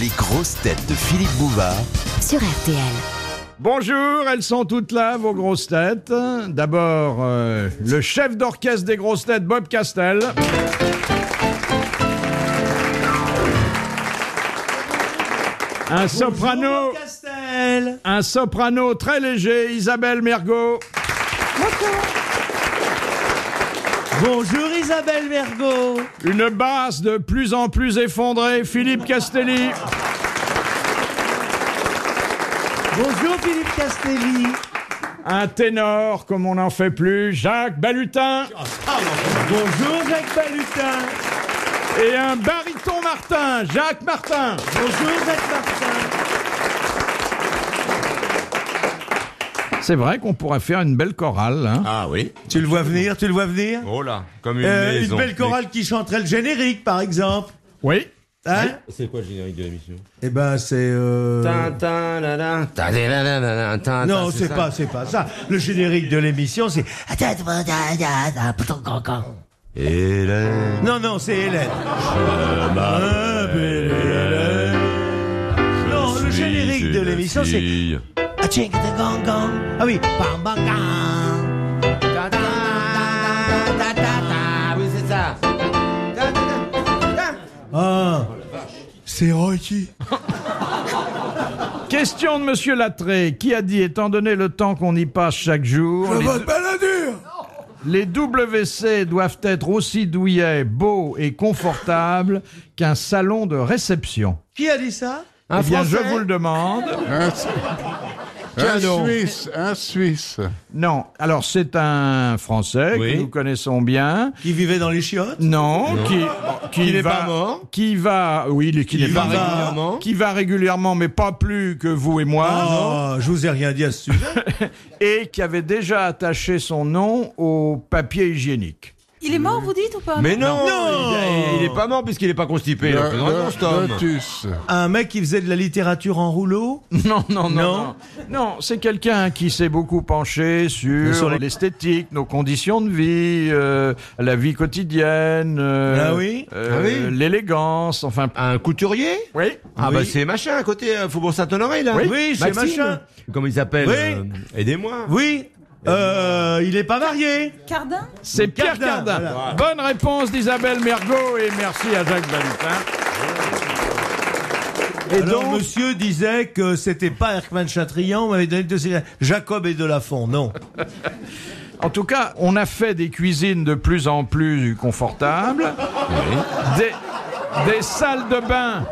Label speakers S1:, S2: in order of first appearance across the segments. S1: Les grosses têtes de Philippe Bouvard
S2: sur RTL.
S3: Bonjour, elles sont toutes là, vos grosses têtes. D'abord, euh, le chef d'orchestre des grosses têtes, Bob Castel. Un soprano, un soprano très léger, Isabelle Mergot.
S4: Bonjour Isabelle Vergo.
S3: Une basse de plus en plus effondrée, Philippe Castelli.
S4: Bonjour Philippe Castelli.
S3: Un ténor, comme on n'en fait plus, Jacques Balutin.
S4: Bonjour Jacques Balutin.
S3: Et un baryton Martin, Jacques Martin.
S4: Bonjour Jacques Martin.
S3: C'est vrai qu'on pourrait faire une belle chorale. hein.
S5: Ah oui
S4: Tu le vois venir, tu le vois venir
S5: Oh là, comme une
S4: Euh,
S5: maison.
S4: Une belle chorale qui chanterait le générique par exemple.
S3: Oui.
S4: Hein
S5: C'est quoi le générique de l'émission
S4: Eh ben c'est... euh, Non,
S5: Non,
S4: c'est pas, c'est pas ça. Le générique de l'émission c'est... Non, non, c'est Hélène. Ah, Non, le générique de l'émission c'est... Ah tching, tching, gong, gong. Ah oui, bam bam gang. Ta, ta, ta, ta, ta, ta. Oui, c'est ça. Ta, ta, ta, ta. Ah, c'est Rocky.
S3: Question de Monsieur Latré, qui a dit, étant donné le temps qu'on y passe chaque jour, les, les WC doivent être aussi douillets, beaux et confortables qu'un salon de réception.
S4: Qui a dit ça
S3: eh bien, je vous le demande.
S6: Un Suisse, un Suisse.
S3: Non. Alors, c'est un Français
S5: Oui.
S3: que nous connaissons bien.
S4: Qui vivait dans les chiottes
S3: Non, qui, qui
S5: Qui n'est
S3: va,
S5: pas mort.
S3: qui va, oui, il est- qui, n'est
S5: va
S3: pas mort.
S5: régulièrement.
S3: qui va régulièrement, mais pas plus que vous et moi.
S4: Ah, je vous ai rien dit à ce sujet.
S3: et qui avait déjà attaché son nom au papier hygiénique.
S7: Il est mort, vous dites ou pas
S5: Mais non,
S4: Non.
S5: il, il est pas mort puisqu'il est pas constipé.
S6: Le-
S5: Le,
S6: le-
S5: le,
S6: Lotus.
S4: Un mec qui faisait de la littérature en rouleau
S3: Non, non, non. Non,
S4: Non.
S3: Non, c'est quelqu'un qui s'est beaucoup penché sur,
S4: Sur les-
S3: l'esthétique, nos conditions de vie, euh, la vie quotidienne, euh,
S4: Ah oui
S3: euh,
S5: Ah oui
S3: l'élégance, enfin.
S5: Un couturier
S3: Oui.
S5: Ah
S4: Oui.
S5: bah c'est machin à côté euh, Faubourg Saint-Honoré là.
S4: Oui. Oui, c'est
S5: Maxime.
S4: machin.
S5: Comment il s'appelle
S4: Oui.
S5: euh, Aidez-moi.
S4: Oui. Euh, il est pas marié.
S7: Cardin
S3: C'est Pierre Cardin.
S4: Cardin, voilà.
S3: Bonne réponse d'Isabelle Mergot et merci à Jacques Balutin. Et
S4: Alors,
S3: donc,
S4: monsieur disait que c'était pas Erkman Chatrian, on m'avait donné deux cigarettes. Jacob et Delafont, non.
S3: En tout cas, on a fait des cuisines de plus en plus confortables, des, des salles de bain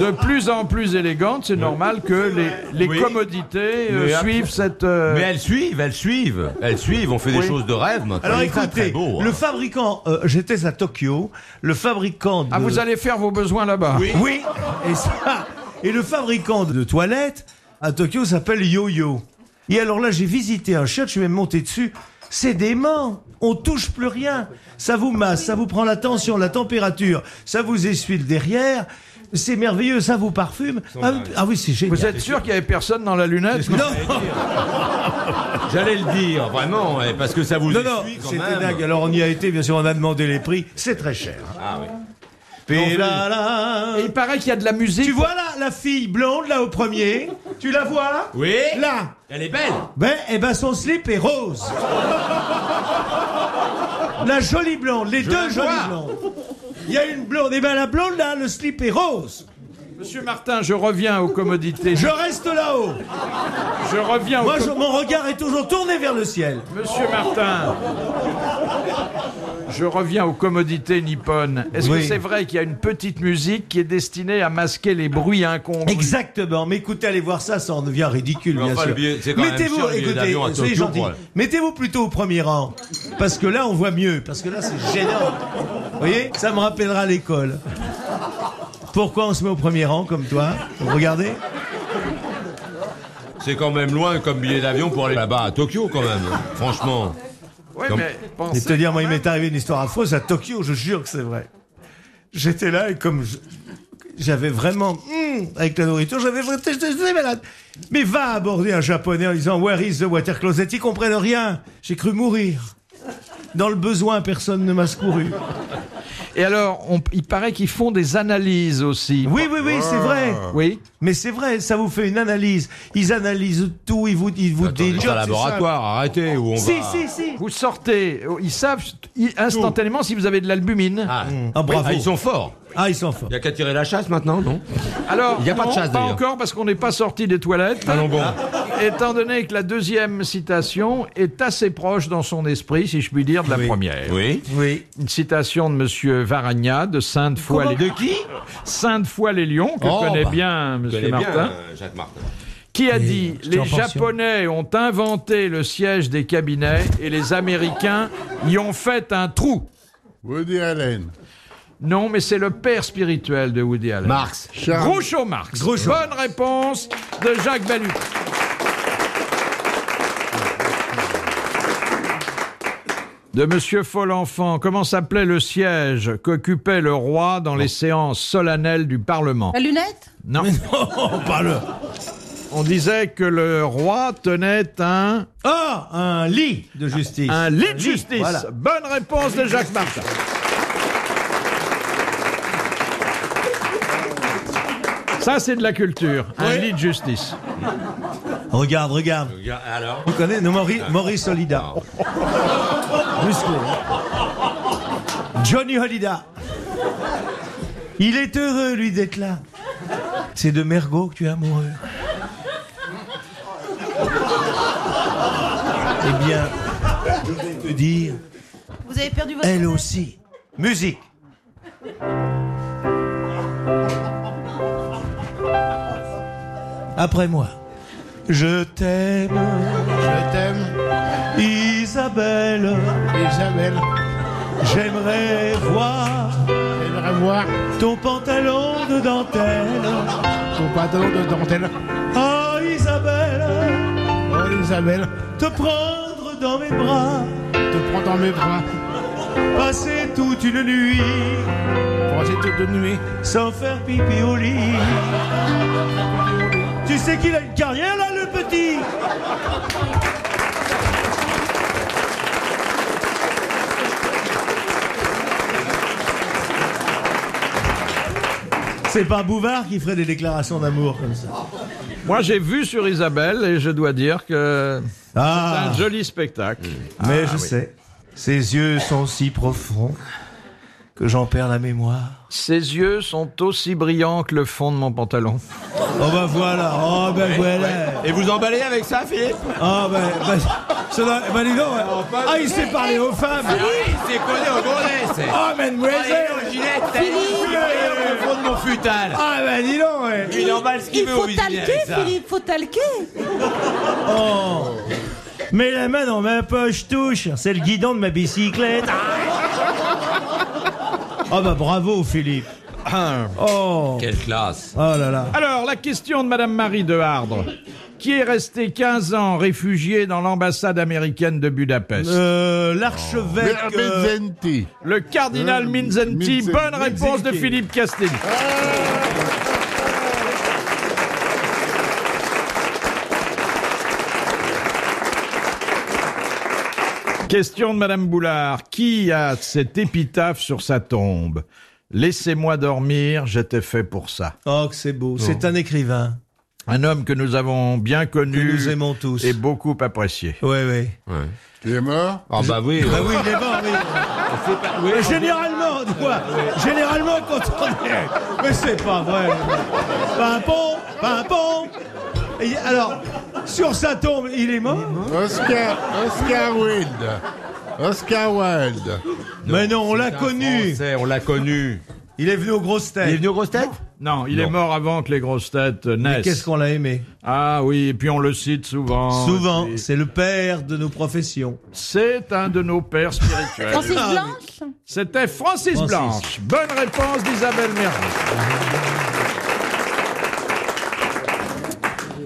S3: de plus en plus élégantes. C'est normal que les, les
S5: Oui.
S3: commodités euh,
S5: Mais après-
S3: suivent cette... euh,
S5: Mais elles suivent, elles suivent, elles suivent. On fait des choses de rêve maintenant.
S4: Alors
S5: C'est très, très
S4: écoutez,
S5: beau,
S4: le
S5: hein.
S4: fabricant, euh, j'étais à Tokyo, le fabricant de...
S3: Ah, vous allez faire vos besoins là-bas
S4: Oui. et ça. Et le fabricant de toilettes à Tokyo s'appelle Yo-Yo. Et alors là, j'ai visité un chiotte, je suis même monté dessus. C'est dément. On touche plus rien. Ça vous masse, ça vous prend la tension, la température, ça vous essuie le derrière. C'est merveilleux, ça vous parfume. Ah, oui, ah oui, c'est génial.
S3: Vous êtes sûr qu'il n'y avait personne dans la lunette
S4: Non,
S5: J'allais le dire, vraiment, eh, parce que ça vous
S4: non, non,
S5: essuie quand
S4: c'était
S5: même.
S4: dingue. Alors on y a été, bien sûr, on a demandé les prix. C'est très cher.
S5: Ah oui.
S4: Et là, là.
S3: Et Il paraît qu'il y a de la musique.
S4: Tu vois là, la fille blonde, là, au premier Tu la vois
S5: Oui.
S4: Là
S5: Elle est belle.
S4: Ben, eh ben, son slip est rose. La jolie blonde, les deux
S5: la vois.
S4: jolies blondes. Il y a une blonde, eh ben la blonde là, le slip est rose.
S3: Monsieur Martin, je reviens aux commodités. Je,
S4: Je reste là-haut.
S3: je reviens aux
S4: Moi, je-
S3: com-
S4: mon regard est toujours tourné vers le ciel.
S3: Monsieur Martin, je reviens aux commodités nippones. Est-ce que
S4: Oui.
S3: c'est vrai qu'il y a une petite musique qui est destinée à masquer les bruits incongrus
S4: Exactement. Mais écoutez, allez voir ça, ça en devient ridicule,
S5: Mais
S4: bien
S5: enfin,
S4: sûr.
S5: le billet, c'est quand même
S4: Mettez-vous,
S5: cher, le billet
S4: écoutez,
S5: d'avion à
S4: soyez
S5: Tokyo,
S4: gentil.
S5: pour aller.
S4: Mettez-vous plutôt au premier rang, parce que là, on voit mieux. Parce que là, c'est gênant. Vous voyez, ça me rappellera l'école. Pourquoi on se met au premier rang comme toi Regardez.
S5: C'est quand même loin comme billet d'avion pour aller là-bas à Tokyo quand même. Franchement.
S3: Oui,
S5: Comme-
S3: mais
S4: Et
S3: pensez-
S4: te dire, moi, il m'est arrivé une histoire affreuse à Tokyo, je jure que c'est vrai. J'étais là et comme je- j'avais vraiment, hum, avec la nourriture, j'avais vraiment, j'étais j'étais malade. Mais va aborder un japonais en disant, where is the water closet? Ils comprennent rien. J'ai cru mourir. Dans le besoin, personne ne m'a secouru.
S3: Et alors, on- il paraît qu'ils font des analyses aussi.
S4: Oui, oui, oui, c'est vrai.
S3: Oui.
S4: Mais c'est vrai, ça vous fait une analyse. Ils analysent tout, ils vous, ils vous
S5: Attendez, c'est
S4: déjugent,
S5: un laboratoire, arrêtez, où on
S4: Si,
S5: va...
S4: si, si.
S3: Vous sortez, oh, ils savent i- instantanément si vous avez de l'albumine.
S5: Ah,
S4: Ah, bravo.
S5: ah, ils sont forts.
S4: Ah, ils sont forts.
S5: Il n'y a qu'à tirer la chasse maintenant, non
S3: Alors,
S5: Il y a pas de
S3: non,
S5: chasse,
S3: pas
S5: d'ailleurs.
S3: encore parce qu'on n'est pas sorti des toilettes.
S5: Allons bon.
S4: Ah.
S3: Étant donné que la deuxième citation est assez proche dans son esprit, si je puis dire, de la première.
S5: Oui.
S4: Oui.
S3: Une citation de Monsieur Varagna de Sainte-Foy.
S5: De qui
S3: les Lions, que
S5: Oh,
S3: connaît
S5: bah,
S3: bien
S5: Je
S3: Monsieur
S5: connais bien,
S3: Martin.
S5: euh, Jacques Martin.
S3: qui a dit
S4: j'étais en
S3: les
S4: pension.
S3: Japonais ont inventé le siège des cabinets et les Américains y ont fait un trou.
S6: Woody Allen.
S3: Non, mais c'est le père spirituel de Woody Allen.
S5: Marx.
S6: Charles.
S3: Groucho Marx.
S4: Groucho
S3: Bonne réponse de Jacques Balut. De Monsieur Folenfant, comment s'appelait le siège qu'occupait le roi dans les séances solennelles du Parlement
S2: La lunette
S3: Non.
S4: Oh, pas le.
S3: On disait que le roi tenait un
S4: Ah, un lit de justice.
S3: Un lit de justice.
S4: voilà.
S3: Bonne réponse de Jacques Martin. Ça, c'est de la culture. Un lit de justice.
S4: Regarde, regarde.
S5: Regarde, Alors
S4: Vous connaissez non, Maurice, Maurice Holida. Musclé. hein. Johnny Holida. Il est heureux, lui, d'être là. C'est de Mergot que tu es amoureux. Eh bien, je vais te dire,
S2: Vous avez perdu votre.
S4: elle aussi. Musique. Après moi. Je t'aime.
S6: Je t'aime,
S4: Isabelle,
S6: Isabelle.
S4: j'aimerais voir
S6: J'aimerais voir
S4: ton pantalon de dentelle.
S6: ton pantalon de dentelle.
S4: Oh Isabelle,
S6: Oh, Isabelle,
S4: te prendre dans mes bras,
S6: te prends dans mes bras.
S4: passer toute une nuit
S6: Pensez toute de nuit.
S4: sans faire pipi au lit. Tu sais qu'il a une carrière là, le petit C'est pas Bouvard qui ferait des déclarations d'amour comme ça.
S3: Moi, j'ai vu sur Isabelle et je dois dire que c'est
S4: Ah,
S3: un joli spectacle.
S4: mais je sais. Ses yeux sont si profonds que j'en perds la mémoire.
S3: Ses yeux sont aussi brillants que le fond de mon pantalon.
S4: Oh bah voilà, oh bah voilà.
S5: Et vous emballez avec ça, Philippe
S4: Ah ben, ben, cela, ben dis donc, ouais. ah il sait parler aux femmes.
S5: C'est Ah, collé au bonnet, c'est...
S4: Ah ben mademoiselle.
S5: le fond de mon futal
S4: Ah ben dis donc, ouais.
S5: Il emballe ce
S2: Il
S5: qu'il veut au
S2: faut
S5: Virginie
S2: talquer,
S5: avec ça.
S2: Philippe, faut talquer.
S4: Mets la main dans ma poche touche, c'est le guidon de ma bicyclette. Ah bah bravo Philippe. Oh,
S5: Ah, Quelle classe
S4: oh là là.
S3: Alors, la question de Madame Marie de Hardre, qui est restée 15 ans réfugiée dans l'ambassade américaine de Budapest.
S4: Euh, l'archevêque. euh,
S6: Mezzenti.
S3: Le cardinal
S4: Hein,
S6: Euh,
S3: Minzenti.
S6: Minzen-
S3: Bonne réponse de
S4: Minzenti.
S3: Philippe Castel. Question de Madame Boulard. Qui a cette épitaphe sur sa tombe Laissez-moi dormir, j'étais fait pour ça.
S4: Oh que c'est beau. C'est un écrivain
S3: Un homme que nous avons bien
S4: que
S3: connu
S4: nous aimons tous.
S3: et beaucoup apprécié.
S4: Oui, oui.
S6: Tu es mort
S5: Ah bah oui,
S4: Bah
S5: euh,
S4: oui, il est mort, oui. Mais généralement, dis-moi, généralement quand on est... Mais c'est pas vrai. Pimpon, pimpon. Et alors, sur sa tombe, il est mort
S6: Oscar, Oscar Wilde. Oscar Wilde.
S4: Mais non, on l'a
S5: c'est un
S4: connu.
S5: Français, on l'a connu.
S4: Il est venu aux grosses
S5: Il est
S4: têtes.
S5: venu aux grosses têtes
S3: Non, il
S5: Non.
S3: est mort avant que les grosses têtes euh,
S4: Mais
S3: naissent.
S4: qu'est-ce qu'on l'a aimé
S3: Ah oui, et puis on le cite souvent.
S4: Souvent,
S3: Et puis-
S4: c'est le père de nos professions.
S3: C'est un de nos pères spirituels.
S2: Francis
S4: Ah,
S2: Blanche
S3: C'était Francis,
S4: Francis.
S3: Blanche. Bonne réponse d'Isabelle Merlin.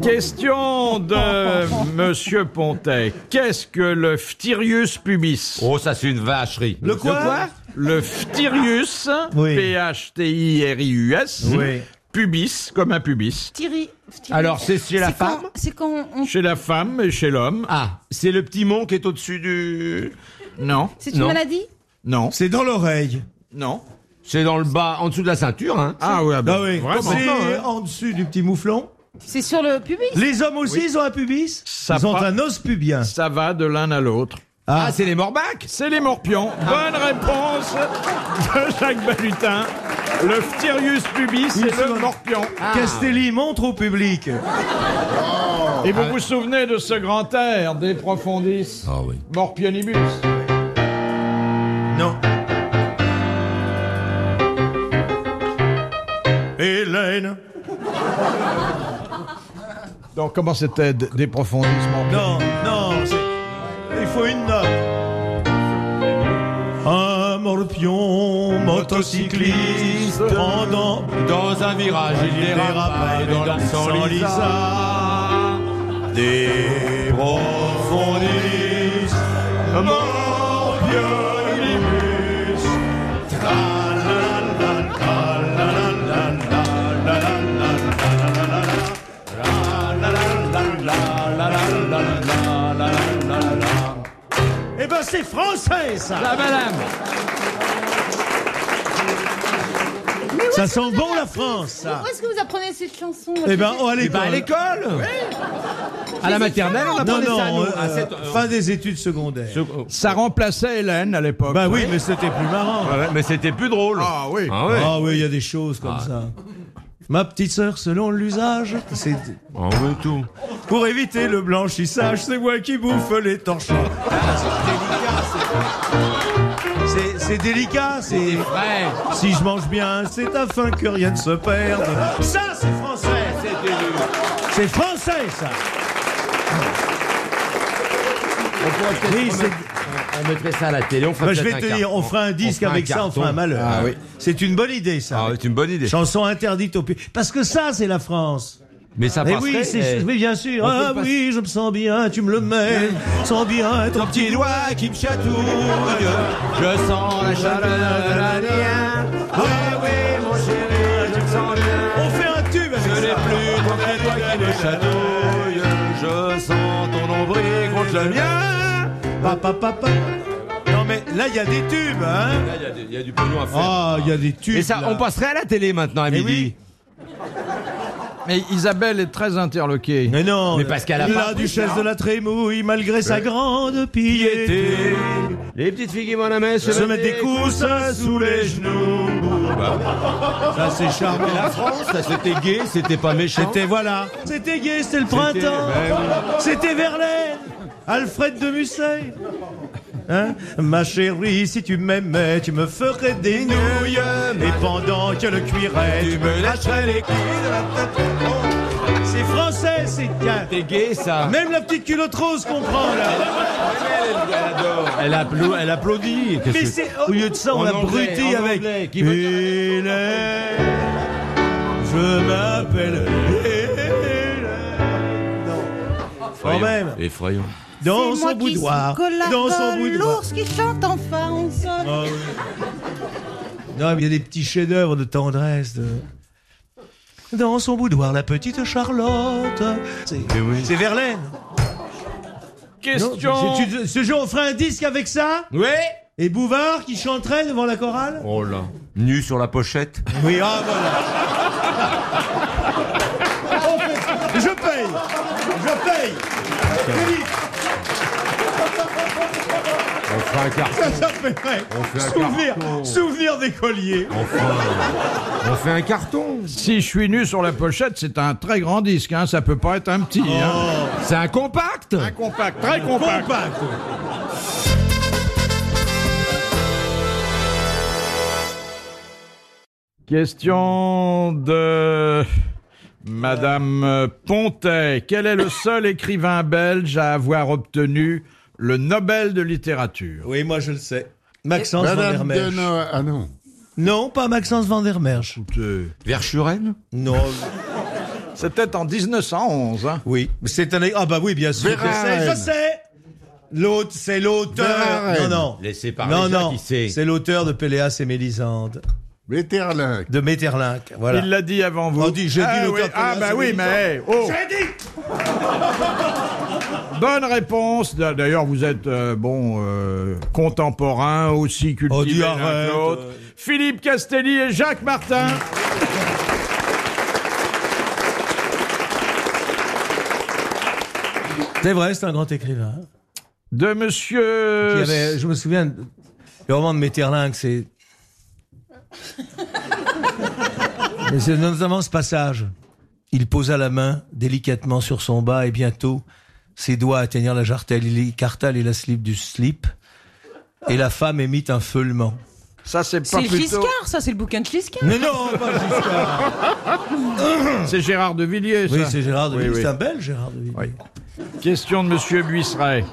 S3: Question de Monsieur Pontet. Qu'est-ce que le phtirius pubis
S5: Oh, ça c'est une vacherie.
S4: Le quoi,
S3: Le phtirius,
S4: Oui.
S3: P-H-T-I-R-I-U-S,
S4: Oui.
S3: pubis, comme un pubis.
S2: Thierry. Thierry.
S5: Alors, c'est chez la
S2: C'est quand-
S5: femme
S2: C'est quand on.
S3: Chez la femme et chez l'homme.
S5: Ah, c'est le petit mont qui est au-dessus du...
S3: Non,
S2: C'est une
S5: Non.
S2: maladie
S3: non,
S4: C'est dans l'oreille.
S3: non.
S5: C'est dans le bas, en dessous de la ceinture, hein.
S7: Ah ouais,
S3: ben,
S7: bah,
S4: Ah oui,
S7: vraiment.
S4: c'est
S7: hein.
S4: en dessus du petit mouflon.
S2: C'est sur le pubis.
S4: Les hommes aussi, ils ont un pubis
S3: Ça
S4: Ils ont
S3: pas-
S4: un os pubien.
S3: Ça va de l'un à l'autre.
S5: Ah, c'est les morbacs
S3: C'est Ah. les morpions. Bonne réponse de Jacques Balutin. Le Phtirius pubis, c'est le
S4: seconde.
S3: morpion.
S4: Castelli montre au public.
S3: Et vous vous souvenez de ce grand air des profondis
S5: Ah oui.
S3: Morpionibus.
S4: Non. Hélène.
S3: Donc comment c'était d- des profondis morpions
S4: Non, non, c'est- il faut une note. Un morpion motocycliste pendant
S5: Dans un virage, il
S4: des
S5: dérape et dans la sans Lisa.
S4: des profondis, morpionibus, tralalan, tralalan, tralalan, Eh ben c'est français ça
S3: Ah, madame
S4: Ça sent bon la France ça
S2: Pourquoi est-ce que vous apprenez cette chanson
S4: Eh ben on va à
S5: Bah,
S4: l'école
S5: à l'école À la maternelle, on
S4: Non,
S5: apprenait
S4: non,
S5: ça à nous.
S4: euh,
S5: À cette-
S4: fin des études secondaires.
S3: Ça remplaçait Hélène à l'époque.
S4: Bah oui, mais c'était plus marrant.
S5: Ah ouais, mais c'était plus drôle.
S3: Ah oui.
S5: Ah ouais.
S4: Ah oui, il y a des choses comme ça. Ma petite sœur, selon l'usage, c'est...
S5: Ah oui, tout.
S4: Pour éviter le blanchissage, c'est moi qui bouffe les torchons.
S5: Ah,
S4: C'est- C'est délicat, c'est...
S5: Ouais.
S4: Si je mange bien, c'est afin que rien ne se perde. Ça, c'est français C'est français, ça
S5: On pourrait peut-être
S4: Oui,
S5: remettre- On mettrait ça à la télé, on ferait
S4: Bah, Je
S5: peut-être
S4: vais
S5: un
S4: te dire,
S5: carton.
S4: on fera un disque
S5: fera
S4: avec ça, on
S5: carton.
S4: fera un malheur.
S5: Ah oui.
S4: C'est une bonne idée, ça.
S5: Ah, c'est une bonne idée.
S4: Chanson interdite au pays. Parce que ça, c'est la France.
S5: Mais ça
S4: Mais
S5: passerait.
S4: oui, c'est,
S5: eh.
S4: oui, bien sûr.
S5: on peut
S4: Ah
S5: pas-
S4: oui, je me sens bien, tu me le mets. Sens bien ton petit doigt.
S5: qui me chatouille, je sens la chaleur de la mienne. Ah oui, mon chéri, je me sens bien.
S4: On fait un tube avec
S5: Je n'ai
S4: ça.
S5: plus ton petit doigt qui me chatouille, je sens ton nombril contre le mien.
S4: Pa, pa, pa, pa. Non, mais là, il y a des tubes, hein.
S5: Là, il y a des- il y, a du pognon à faire.
S4: Ah, il y a des tubes.
S5: Et ça,
S4: là.
S5: on passerait à la télé maintenant à
S4: Eh
S5: midi.
S4: oui.
S3: Mais Isabelle est très interloquée.
S4: Mais non.
S5: Mais parce qu'elle a
S4: La
S5: pas-
S4: duchesse de la Trémouille, malgré sa grande piété,
S5: Les petites filles qui vont à la messe
S4: se met des coups sous les genoux. Ça, c'est charmant.
S5: La France, ça, c'était gay, c'était pas méchant.
S4: C'était voilà. C'était gay, c'était le printemps.
S5: ben
S4: C'était Verlaine, Alfred de Musset. Hein Ma chérie, si tu m'aimais, tu me ferais des nouilles. Et pendant que le cuirait, tu me lâcherais les couilles de la tête. Oh, C'est français, c'est gay.
S5: C'était gay ça.
S4: Même la petite culotte rose comprend là.
S5: Elle, applau- elle applaudit. Qu'est-ce
S4: Mais
S5: que-
S4: c'est au lieu de ça, on
S5: En
S4: a
S5: anglais,
S4: bruté
S5: en
S4: avec.
S5: anglais, qui
S4: Il
S5: veut dire-
S4: est. Je m'appelle. Hélène. Non. Quand même.
S5: Effrayant.
S4: oh, Dans son boudoir. Dans son boudoir.
S2: L'ours qui chante enfin en sol.
S4: Ah oui. Non, mais il y a des petits chefs-d'œuvre de tendresse. de- Dans son boudoir, la petite Charlotte. C'est c'est Verlaine.
S3: Question
S4: Si tu- Ce jour, on ferait un disque avec ça
S5: Oui
S4: Et Bouvard qui chanterait devant la chorale
S5: Oh là. Nu sur la pochette.
S4: Oui, ah voilà. Je paye. Je paye.
S5: On fera un carton.
S4: Ça, ça fait vrai.
S5: On fait un
S4: Souvenir,
S5: carton.
S4: souvenir des colliers.
S5: On fera un- on fait un carton.
S3: Si je suis nu sur la pochette, c'est un très grand disque, hein. ça peut pas être un petit. hein.
S5: C'est un compact
S3: Un compact, très compact.
S4: Compact.
S3: Question de Madame Pontet. Quel est le seul écrivain belge à avoir obtenu le Nobel de littérature
S4: Oui, moi je le sais. Maxence Van der Merch.
S6: Madame Deno... Ah non.
S4: Non, pas Maxence Van der Merch.
S5: Verschuren
S4: Non.
S3: C'était en 1911. hein.
S4: Oui. C'est un. Ah bah oui, bien sûr. Je sais.
S6: Verhaeren.
S4: Je sais. L'autre, c'est l'auteur. Non,
S6: Verhaeren.
S4: non.
S5: Laissez parler
S4: Non,
S5: ça,
S4: non.
S5: qui sait.
S4: C'est l'auteur de Péléas et Mélisande,
S6: Béterlin.
S4: de Metterlinck. Voilà.
S3: Il l'a dit avant vous.
S4: On dit- j'ai dit
S3: ah,
S4: l'auteur
S3: oui,
S4: de
S3: ah
S4: Thomas
S3: bah oui,
S4: Sullivan.
S3: mais... hey, oh. Bonne réponse. D'a- D'ailleurs, vous êtes, euh, bon, euh, contemporain, aussi cultivé
S4: Oh, dis
S3: l'un que
S4: arrête,
S3: l'autre.
S4: euh.
S3: Philippe Castelli et Jacques Martin.
S4: C'est vrai, c'est un grand écrivain.
S3: De monsieur...
S4: Il y avait- je me souviens, de- le roman de Metterlinck, c'est. Mais c'est notamment ce passage. Il posa la main délicatement sur son bas et bientôt, ses doigts atteignirent la jartelle. Il écarta les slip du slip et la femme émit un feulement.
S3: Ça, c'est pas
S7: C'est
S3: plutôt...
S7: Giscard, ça, c'est le bouquin de Giscard.
S4: Mais non, pas Giscard.
S3: C'est Gérard de Villiers,
S4: Oui,
S3: ça.
S4: c'est Gérard de
S3: Oui,
S4: Villiers.
S3: oui.
S4: C'est un bel Gérard de Villiers.
S3: Oui. Question de Monsieur Buisseret.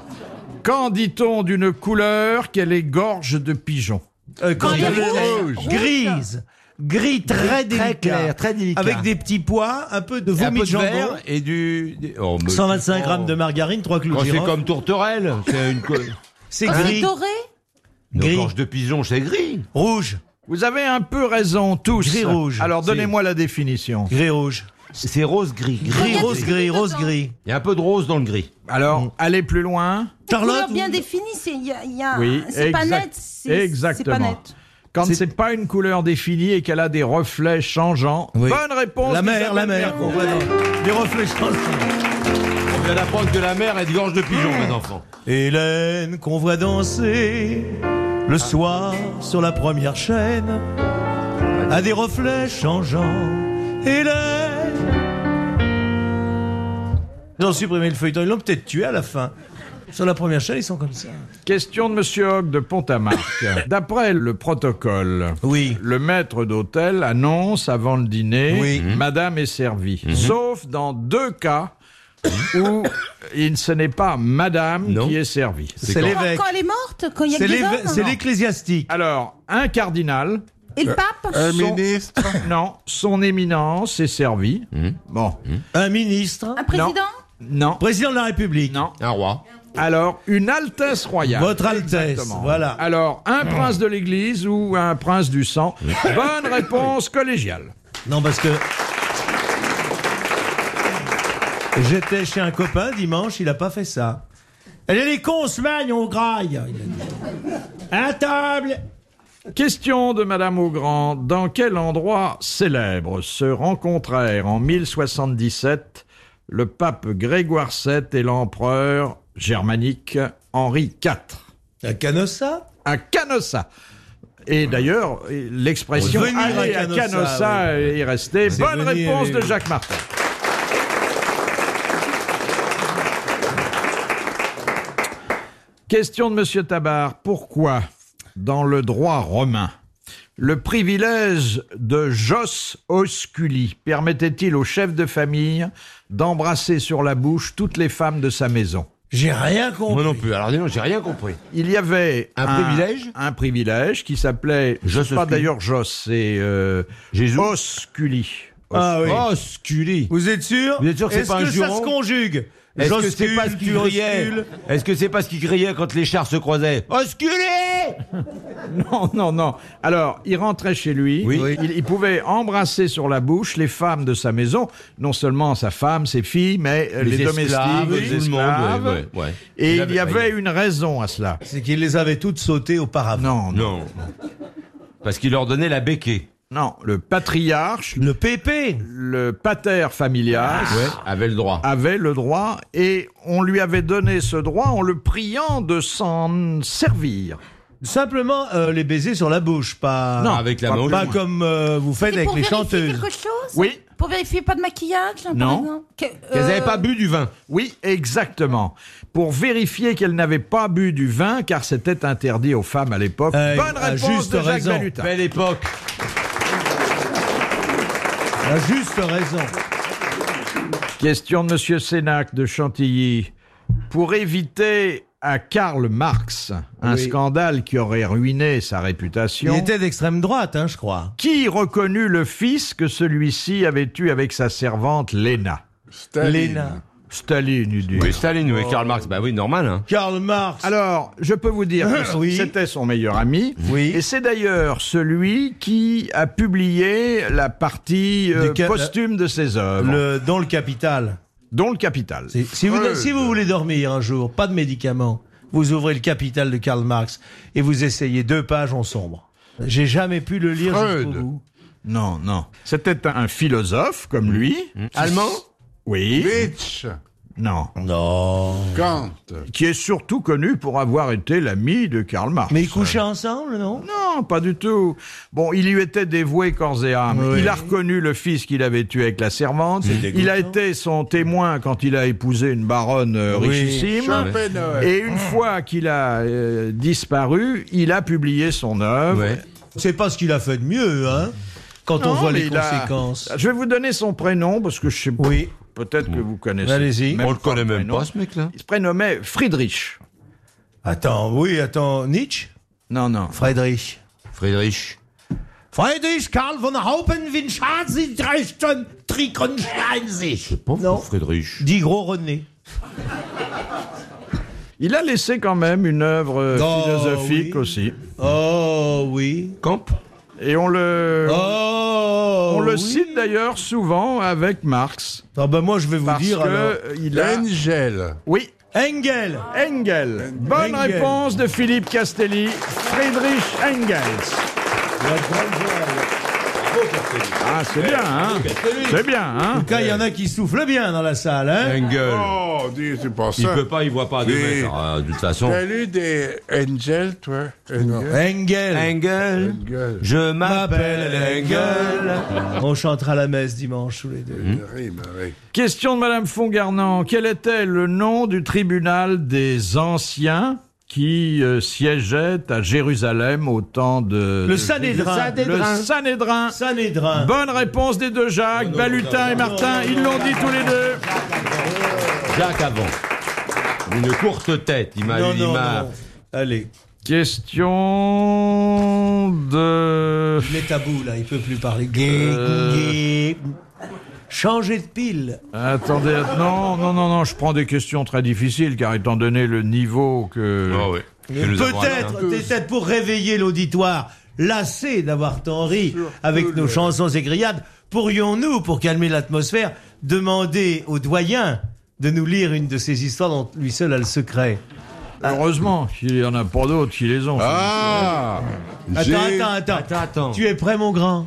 S3: Quand dit-on d'une couleur qu'elle est gorge de pigeon
S4: Euh, quand
S7: elle
S4: elle
S7: est
S4: est
S7: rouge.
S4: grise. Gris très, délicat.
S5: très délicat.
S4: Avec des petits pois, un peu de
S5: Et un
S4: vomi de
S5: peu de
S4: jambon.
S5: verre et du. des- oh, mais-
S4: 125 grammes de margarine, 3 clous
S5: Oh,
S4: de
S5: c'est
S4: girofle.
S5: comme tourterelle. C'est une. co-
S4: C'est
S7: Ah,
S4: gris,
S7: C'est doré.
S5: Une
S4: Gris.
S5: gorge de pigeon, c'est gris.
S4: rouge,
S3: Vous avez un peu raison, tous.
S4: Gris-rouge.
S3: Alors, donnez-moi la définition.
S4: gris rouge,
S5: C'est rose gris. Gris.
S4: gris
S2: Regarde
S4: rose
S2: ce
S4: gris,
S2: qu'il y a
S4: rose
S2: dedans.
S4: gris.
S5: Il y a un peu de rose dans le gris.
S3: Alors,
S4: Mm.
S3: allez plus loin.
S4: Charlotte,
S2: couleur bien
S4: vous-
S2: définie, c'est il y a, il y a-
S3: Oui,
S2: c'est pas
S3: exact-
S2: net. c'est-
S3: exactement.
S2: C'est pas net.
S3: Quand c'est pas une couleur définie et qu'elle a des reflets changeants.
S4: Oui.
S3: Bonne réponse.
S4: la mer,
S3: Isabelle
S4: la mer,
S3: Mergo.
S4: complètement. Les reflets changent.
S5: On vient d'apprendre de la mer et de gorge de pigeon, les enfants.
S4: Hélène qu'on voit danser le soir sur la première chaîne à des reflets changeants. Hélène. Ils ont supprimé le feuilleton, ils l'ont peut-être tué à la fin. Sur la première chaîne, ils sont comme ça.
S3: Question de Monsieur Hogg de Pont-à-Marc. D'après le protocole,
S4: Oui.
S3: le maître d'hôtel annonce avant le dîner Mmh.
S4: Oui. Mmh.
S3: Madame est servie. Sauf dans deux cas où il, ce n'est pas Madame
S5: Non.
S3: qui est servie.
S4: C'est
S5: quand-
S2: Quand,
S4: l'évêque.
S2: quand elle est morte, quand il y a que
S4: C'est
S2: des
S4: l'éve- c'est
S2: hommes.
S4: l'ecclésiastique.
S3: Alors, un cardinal,
S2: Et le pape
S3: euh,
S6: Un
S2: Son-
S6: ministre
S3: non, son éminence est servie.
S4: Mmh.
S3: Bon,
S4: Un ministre.
S2: Un président
S3: non,
S4: Président de la République.
S3: non.
S5: Un roi.
S3: Alors, une Altesse royale.
S4: Votre Altesse.
S3: Exactement.
S4: Voilà.
S3: Alors, un prince de l'Église ou un prince du sang. Bonne réponse collégiale.
S4: Non, parce que. J'étais chez un copain dimanche, il a pas fait ça. Elle est les cons, on se magne, on graille. il a dit. À table
S3: Question de Madame Augrand. Dans quel endroit célèbre se rencontrèrent en 1077 le pape Grégoire VII et l'empereur germanique Henri IV
S4: À Canossa
S3: À Canossa. Et d'ailleurs, l'expression
S4: Venir à
S3: aller à
S4: Canossa,
S3: Canossa est restée.
S4: C'est
S3: Bonne
S4: venir,
S3: réponse
S4: oui,
S3: de
S4: oui.
S3: Jacques Martin. Question de Monsieur Tabar. Pourquoi, dans le droit romain, le privilège de Jos Osculi permettait-il au chef de famille d'embrasser sur la bouche toutes les femmes de sa maison
S4: J'ai rien compris.
S5: Moi non plus. Alors, dis donc, j'ai rien compris.
S3: il y avait
S5: Un privilège
S3: un privilège qui s'appelait je
S5: Jos
S3: sais pas
S5: Osculi.
S3: d'ailleurs Jos c'est euh,
S5: Jésus.
S3: Osculi.
S4: Ah oui.
S5: Oh, sculé.
S4: Vous êtes sûr
S5: Vous êtes sûr que c'est
S4: Est-ce
S5: pas un
S4: que ça
S5: juron
S4: se conjugue
S5: Est-ce que c'est
S4: J'oscule,
S5: pas ce qu'il
S4: tu
S5: criait
S4: oscules.
S5: Est-ce que c'est pas ce qu'il criait quand les chars se croisaient Osculé
S3: Non non non. Alors, il rentrait chez lui,
S5: Oui.
S3: il, il pouvait embrasser sur la bouche les femmes de sa maison, non seulement sa femme, ses filles, mais euh, les, domestiques, les
S5: tout le monde,
S3: esclaves.
S5: ouais, ouais, ouais.
S3: Et il, y
S5: bah,
S3: avait une raison à cela.
S4: C'est qu'il les avait toutes sautées
S3: Non,
S4: auparavant.
S3: non,
S5: Non. Parce qu'il leur donnait la béquée.
S3: non, le patriarche,
S4: Le pépé
S3: le pater familias
S5: Ouais, avait le droit.
S3: avait le droit et on lui avait donné ce droit en le priant de s'en servir.
S4: Simplement euh, les baisers sur la bouche, pas.
S5: Non, avec la
S4: pas-
S5: manche.
S4: Pas comme euh, vous faites
S2: C'est
S4: avec
S2: pour
S4: les
S2: vérifier
S4: chanteuses.
S2: quelque chose
S3: Oui.
S2: Pour vérifier pas de maquillage là,
S3: Non.
S2: Par exemple Que-
S5: Qu'elles
S2: euh,
S5: n'avaient pas bu du vin.
S3: Oui, exactement. Pour vérifier qu'elle n'avait pas bu du vin, car c'était interdit aux femmes à l'époque.
S4: Euh,
S3: Bonne
S4: à
S3: réponse
S4: juste
S3: de Jacques
S4: raison.
S3: Balutin.
S5: Belle époque.
S4: La juste raison.
S3: Question de Monsieur Sénac de Chantilly. Pour éviter à Karl Marx un
S4: Oui.
S3: scandale qui aurait ruiné sa
S4: Il
S3: réputation,
S4: était d'extrême droite, hein, je crois.
S3: qui reconnut le fils que celui-ci avait eu avec sa servante Lena
S6: Staline.
S4: Léna.
S3: Staline, il dit.
S5: Oui, Staline, oui, Karl Marx. Bah oui, normal, hein.
S4: Karl Marx.
S3: Alors, je peux vous dire que
S4: Oui.
S3: c'était son meilleur ami.
S4: Oui.
S3: Et c'est d'ailleurs celui qui a publié la partie euh,
S4: Du cap-
S3: posthume de ses œuvres,
S4: le, dans le capital.
S3: dont le Capital.
S4: C'est- Si vous, si vous voulez dormir un jour, pas de médicaments, vous ouvrez le capital de Karl Marx et vous essayez deux pages, on sombre. J'ai jamais pu le lire
S6: Freud.
S4: jusqu'au bout.
S3: Non, non. C'était un philosophe
S4: Mm.
S3: comme lui.
S6: Allemand
S3: Oui.
S6: Nietzsche,
S3: Non.
S6: Kant.
S3: Qui est surtout connu pour avoir été l'ami de Karl Marx.
S4: Mais ils couchaient ensemble, non
S3: Non, pas du tout. Bon, il lui était dévoué corps et âme. Il a reconnu le fils qu'il avait tué avec la servante. Il a été son témoin quand il a épousé une baronne euh, richissime.
S6: Schopenhauer.
S3: Et une fois qu'il a euh, disparu, il a publié son œuvre.
S4: C'est pas ce qu'il a fait de mieux, hein Quand on
S3: Non,
S4: voit
S3: mais
S4: les
S3: il a- Ah,
S4: conséquences.
S3: Je vais vous donner son prénom parce que je sais pas.
S4: Oui.
S3: Peut-être que vous connaissez.
S4: Allez-y.
S3: Même
S5: On le
S3: pas
S5: connaît même
S3: prénom.
S5: pas, ce mec-là.
S3: Il se prénommait Friedrich.
S4: Attends, oui, attends. Nietzsche
S3: Non, non.
S4: Friedrich.
S5: Friedrich.
S4: Friedrich Karl von Haupenwinschatzi Dresden Trikonscheinzig. Non.
S5: Friedrich.
S4: Dit gros René.
S3: Il a laissé quand même une œuvre euh,
S4: Oh,
S3: philosophique
S4: oui.
S3: aussi.
S4: Oh oui.
S5: Camp.
S3: Et on le.
S4: Oh
S3: On le
S4: oui.
S3: cite d'ailleurs souvent avec Marx
S4: Ah ben moi je vais vous
S3: parce
S4: dire
S3: que
S4: alors.
S3: euh, il a
S6: Engel.
S3: oui
S4: Engel.
S3: Engel. Bonne
S4: Engel.
S3: réponse de Philippe Castelli, Friedrich Engels. Ah c'est bien hein, c'est bien hein.
S4: Quand il y en a qui soufflent bien dans la salle, hein
S5: Engel.
S6: Oh, dis, c'est pas
S5: Il
S6: ça.
S5: peut pas, il voit pas de
S6: Oui.
S5: mètres. hein, de toute façon.
S6: T'as lu des Angel, toi Engel.
S4: Engel.
S5: Engel.
S6: Engel.
S5: Je m'appelle Engel.
S4: On chantera la messe dimanche tous les deux.
S6: Il rime avec.
S3: Question de Madame Fongarnant. Quel était le nom du tribunal des anciens qui euh, siégeait à Jérusalem au temps de
S4: Le
S3: de-
S4: Sanhédrin.
S3: Le Sanhédrin.
S4: Sanhédrin.
S3: Bonne réponse des deux Jacques, Balutin et Martin, ils l'ont dit tous les deux.
S5: Jacques avant. Une courte tête, il m'a
S4: non,
S5: Bah, il
S4: non,
S5: m'a-
S4: non. Allez,
S3: Question de...
S4: il est à bout là, il peut plus parler.
S5: Euh.
S4: Gay, gay. Changer de pile.
S3: Attendez, att- non, non, non, non, je prends des questions très difficiles, car étant donné le niveau que...
S5: Ah ouais. Que nous avons atteint.
S4: Peut-être, peut-être pour réveiller l'auditoire, lassé d'avoir tant ri avec nos chansons et grillades, pourrions-nous, pour calmer l'atmosphère, demander au doyen de nous lire une de ces histoires dont lui seul a le secret
S3: Heureusement qu'il n'y en a pas d'autres qui les ont.
S6: Ah
S4: Attends,
S6: J'ai-
S4: attends, attends.
S5: Attends, attends.
S4: Tu es prêt, mon grand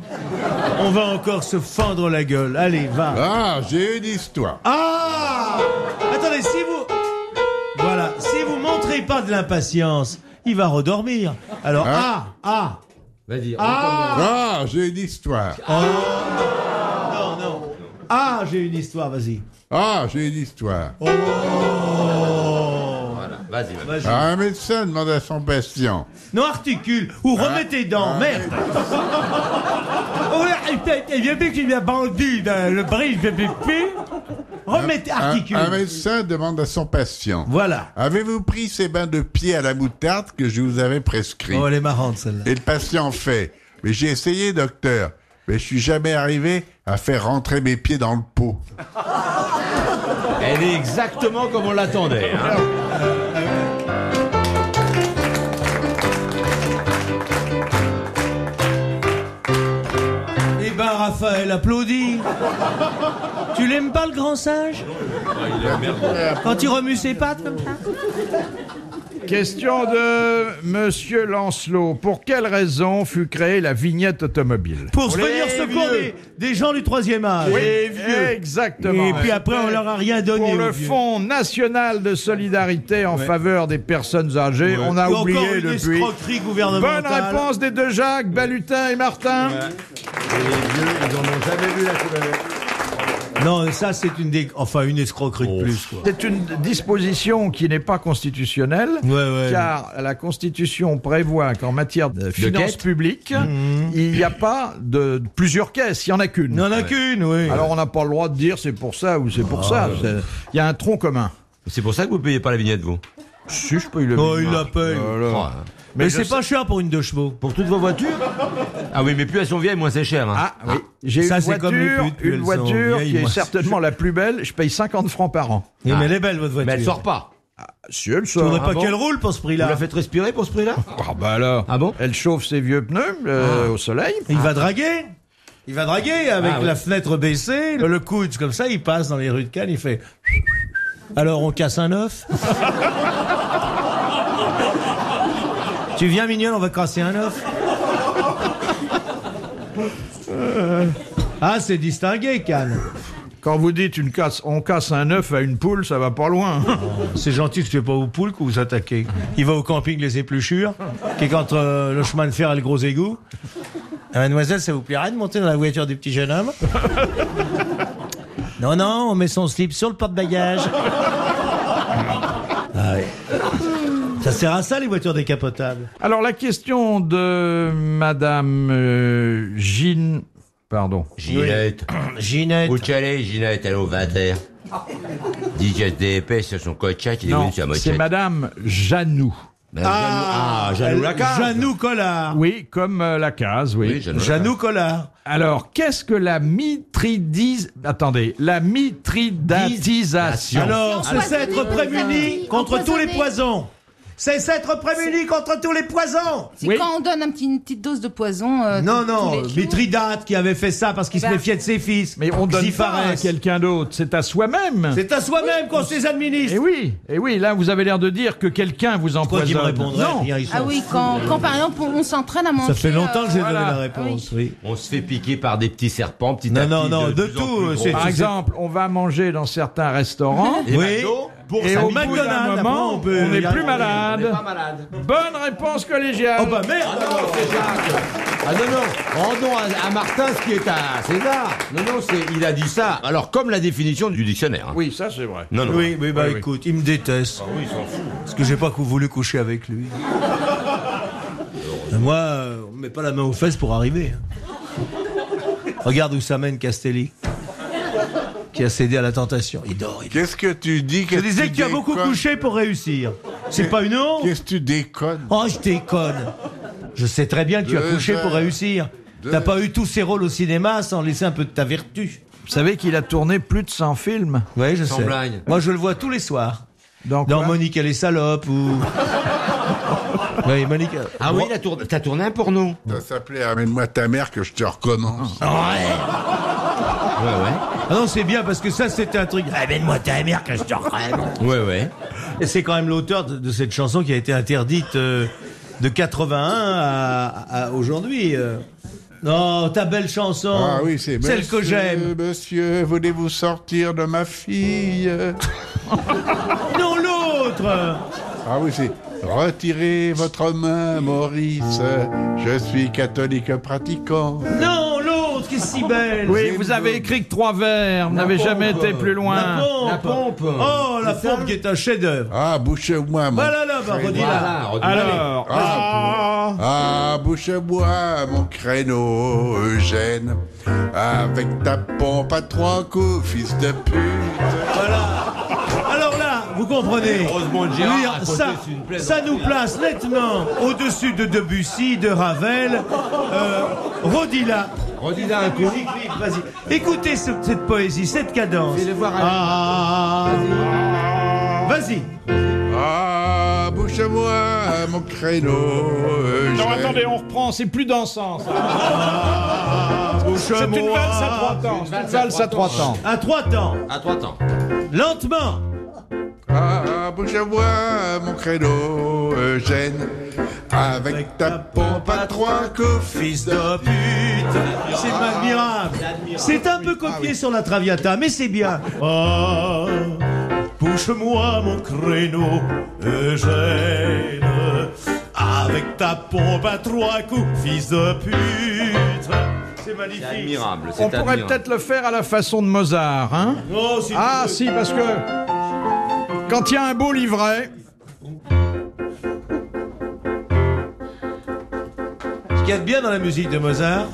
S4: On va encore se fendre la gueule. Allez, va.
S6: Ah, j'ai une histoire.
S4: Ah Attendez, si vous... Voilà, si vous montrez pas de l'impatience, il va redormir. Alors, ah, ah,
S5: Vas-y.
S6: Ah, j'ai une histoire.
S4: Non, non. Ah, j'ai une histoire, vas-y. Oh.
S6: Ah, j'ai une histoire.
S5: Voilà, Vas-y, vas-y.
S4: Vas-y.
S6: Un médecin demande à son patient.
S4: Non, articule ou remets tes dents, merde. Oh, Il bien vu qu'il m'a bandu dans le bris, je plus Remets, tes-
S6: Un,
S4: articule.
S6: un médecin demande à son patient.
S4: Voilà.
S6: Avez-vous pris ces bains de pied à la moutarde que je vous avais prescrits
S4: Oh, elle est marrante, celle-là.
S6: Et le patient fait. Mais j'ai essayé, docteur. Mais je suis jamais arrivé à faire rentrer mes pieds dans le pot.
S5: Elle est exactement comme on l'attendait. hein.
S4: Eh ben, Raphaël, applaudis. tu l'aimes pas, le grand singe Quand il remue ses pattes comme ça
S3: Question de Monsieur Lancelot. Pour quelle raison fut créée la vignette automobile
S4: Pour se venir secours des, des gens du troisième âge.
S3: Exactement.
S4: Et puis après, on leur a rien donné.
S3: Eh, Pour le
S4: aux vieux.
S3: Fonds national de solidarité en faveur des personnes âgées, on a
S4: Ou encore
S3: oublié
S4: une
S3: depuis.
S4: escroquerie
S3: Bonne
S4: gouvernementale.
S3: réponse des deux Jacques, Balutin et Martin.
S4: Non, ça c'est une des... enfin une escroquerie
S5: Oh.
S4: de plus quoi.
S3: C'est une disposition qui n'est pas constitutionnelle,
S4: Ouais, ouais.
S3: car la Constitution prévoit qu'en matière de finances
S5: quête
S3: publiques,
S4: Mhm.
S3: il n'y a pas de plusieurs caisses, il n'y en a qu'une.
S4: Il n'y en a qu'une, oui.
S3: Alors on n'a pas le droit de dire c'est pour ça ou c'est pour
S4: Ah.
S3: ça. C'est- Il y a un tronc commun.
S5: C'est pour ça que vous payez pas la vignette, vous.
S3: Si je peux y le
S4: Oh,
S3: dire.
S4: il la paye.
S5: Oh,
S3: Voilà.
S5: hein.
S4: mais
S3: je
S4: c'est
S3: sais-
S4: pas cher pour une deux chevaux.
S5: Pour toutes vos voitures Ah oui, mais plus elles sont vieilles, moins c'est cher. hein.
S3: Ah oui, j'ai
S4: Ça,
S3: une
S4: c'est
S3: voiture,
S4: comme les putes, puis
S3: une
S4: elles sont
S3: voiture
S4: vieilles,
S3: qui est
S4: moi.
S3: certainement la plus belle. Je paye 50 francs par an.
S4: Et Mais elle est belle votre voiture.
S5: mais elle sort pas.
S3: Si elle
S4: Tu
S3: sort.
S4: voudrais
S5: Ah
S4: pas
S5: bon
S4: qu'elle roule pour ce
S5: Vous
S4: prix-là Ah.
S5: la faites respirer pour ce prix-là
S3: Ah bah alors.
S5: Ah bon
S3: Elle chauffe ses vieux pneus euh, au soleil.
S4: Il va draguer. Il va draguer avec
S5: Ah, oui.
S4: la fenêtre baissée, le coude comme ça, il passe dans les rues de Cannes, il fait. Alors on casse un œuf. tu viens mignonne, on va casser un œuf. Ah, c'est distingué, Cannes.
S3: Quand vous dites une casse, on casse un œuf à une poule, ça va pas loin.
S4: C'est gentil, ce n'est pas aux poules que vous attaquez. Il va au camping les épluchures, qui est contre euh, le chemin de fer et le gros égout. Ah, Mademoiselle, ça vous plairait de monter dans la voiture du petit jeune homme Non, non, on met son slip sur le porte-bagages. Ah oui. Ça sert à ça, les voitures décapotables.
S3: Alors la question de Madame euh, Jean, pardon,
S5: Ginette.
S4: Ginette.
S5: Où tu allais, Ginette Elle est au 20h. Dis que des épais sur son coach-chat, il est
S3: non,
S5: venu
S4: bah,
S5: sur la
S3: c'est
S5: mochette.
S3: Madame Janou.
S5: Madame Janou- Ah, Janou Lacan.
S4: Janou Collard.
S3: Oui, comme euh, la case, oui.
S5: Oui, Janou Lacan.
S4: Janou Collard.
S3: Alors qu'est-ce que la mitridis Attendez, la mitridatisation.
S4: Alors,
S2: Empoisonné,
S4: c'est s'être
S2: vous avez
S4: prémuni
S2: dit.
S4: contre tous les
S2: Empoisonné.
S4: poisons. C'est s'être prémuni contre tous les poisons.
S2: C'est
S3: Oui.
S2: quand on donne un petit- une petite dose de poison. euh,
S4: Non,
S2: tous- tous
S4: non,
S2: les jours.
S4: Mithridate qui avait fait ça parce qu'il
S2: Eh
S4: se
S2: ben,
S4: méfiait de ses fils.
S3: Mais on donne pas
S4: Xiphares.
S3: à quelqu'un d'autre, c'est à soi-même.
S4: C'est à soi-même qu'on se les administre.
S3: Et Eh oui, et oui, là vous avez l'air de dire que quelqu'un vous
S4: Pourquoi qu'il me
S3: empoisonne.
S4: répondrait
S3: non,
S4: Rien, ils sont
S2: Ah oui,
S4: fous.
S2: quand, quand par exemple on, on s'entraîne à manger.
S4: Ça fait longtemps que j'ai
S2: euh,
S4: donné
S3: voilà.
S4: la réponse, oui.
S5: On se fait piquer par des petits serpents, petit
S4: Non,
S5: à
S4: non,
S5: petit,
S4: non, de
S5: plus en
S4: tout,
S5: plus gros.
S4: c'est-
S3: par
S4: tu sais-
S3: exemple, on va manger dans certains restaurants.
S5: Et
S4: Oui.
S5: McDo, pour
S3: Et
S5: sa
S3: au
S5: vie,
S3: bout d'un
S4: McDonald's,
S3: moment,
S4: après, on peut-
S3: on n'est plus
S4: on est
S3: malade.
S5: pas malade.
S3: Bonne réponse collégiale.
S4: Oh bah merde alors.
S5: Ah non, non, rendons à, à Martin ce qui est à César. Non, non, c'est, il a dit ça. Alors, comme la définition du dictionnaire. hein.
S3: Oui, ça c'est vrai.
S5: Non, non.
S4: Oui, oui, bah
S3: Oui, oui.
S4: écoute, il me déteste. oui, Parce que j'ai pas cou- voulu coucher avec lui. Et Moi, euh, on me met pas la main aux fesses pour arriver. hein. Regarde où ça mène Castelli, qui a cédé à la tentation. Il dort, il dort.
S6: Qu'est-ce que tu dis que
S4: Je disais que tu as beaucoup
S6: déconnes
S4: couché pour réussir. C'est pas une honte
S6: Qu'est-ce que tu déconnes
S4: Oh, je déconne. Je sais très bien que tu as
S6: Deux
S4: couché pour
S6: heures.
S4: réussir.
S6: Deux
S4: T'as pas eu tous ces rôles au cinéma sans laisser un peu de ta vertu.
S3: Vous savez qu'il a tourné plus de 100 films
S4: Oui, je
S5: Sans
S4: sais.
S5: blague.
S4: Moi, je le vois tous les soirs.
S3: dans,
S4: Dans
S3: quoi
S4: Monique et les salopes ou. oui, Monique. euh,
S5: Ah oui, il a tourné- t'as tourné un porno.
S6: Ça s'appelait Amène-moi ta mère que je te recommence.
S5: Ouais,
S4: Ah non, c'est bien parce que ça, c'était un truc. Ah, Amène-moi ta mère que je te rêve.
S5: ouais. Ouais, ouais.
S4: Et c'est quand même l'auteur de, de cette chanson qui a été interdite euh, de 81 à, à aujourd'hui. euh. Non, ta belle chanson.
S6: Ah oui, c'est
S4: Celle que
S6: Monsieur,
S4: j'aime.
S6: Monsieur, voulez-vous sortir de ma fille
S4: Non, l'autre.
S6: Ah oui, c'est Retirez votre main, Maurice. Je suis catholique pratiquant.
S4: Non, l'autre qui est si belle.
S3: Oui, vous avez écrit que trois vers, vous n'avez jamais été plus
S4: La
S3: loin.
S4: pompe.
S5: La pompe.
S4: Oh, la pompe qui est un chef-d'œuvre.
S6: Ah, bouchez-moi, mon
S4: Voilà, là, bah,
S6: créneau.
S4: redis
S5: Voilà,
S4: là.
S5: redis-la.
S3: Alors,
S6: Ah, ah, bouche-moi mon créneau, Eugène, avec ta pompe à trois coups, fils de pute.
S4: Alors là, vous comprenez.
S5: Heureusement, Gérard
S4: Lire,
S5: a posé
S4: ça,
S5: sur une plaie
S4: ça
S5: dans
S4: nous place nettement au-dessus de Debussy, de Ravel. Euh, redis là.
S5: Redis-la un coup.
S4: Vas-y. Écoutez ce- cette poésie, cette cadence.
S5: Fais-le voir à-
S4: Ah. Vas-y.
S6: Ah, bouche-moi mon créneau, Eugène.
S3: non, attendez, on reprend, c'est plus dansant. ça.
S4: Ah.
S3: C'est une
S4: Bouche-moi.
S3: valse à trois temps. C'est une valse à trois temps.
S4: À trois temps.
S5: À trois temps.
S4: Lentement.
S6: Ah, bouche-moi mon créneau, Eugène, avec ta pompe à trois coups, fils de
S4: Oh, putain, c'est admirable. C'est un peu copié sur la Traviata, mais c'est bien. Ah, Pousse-moi mon créneau, Eugène, avec ta pompe à trois coups, fils de pute. C'est
S5: C'est
S4: magnifique.
S5: admirable. c'est
S3: On pourrait
S5: admirable.
S3: peut-être le faire à la façon de Mozart, hein
S4: Oh, si tu
S3: Ah
S4: veux.
S3: si, parce que quand il y a un beau livret,
S4: Ce qu'il y a de bien dans la musique de Mozart,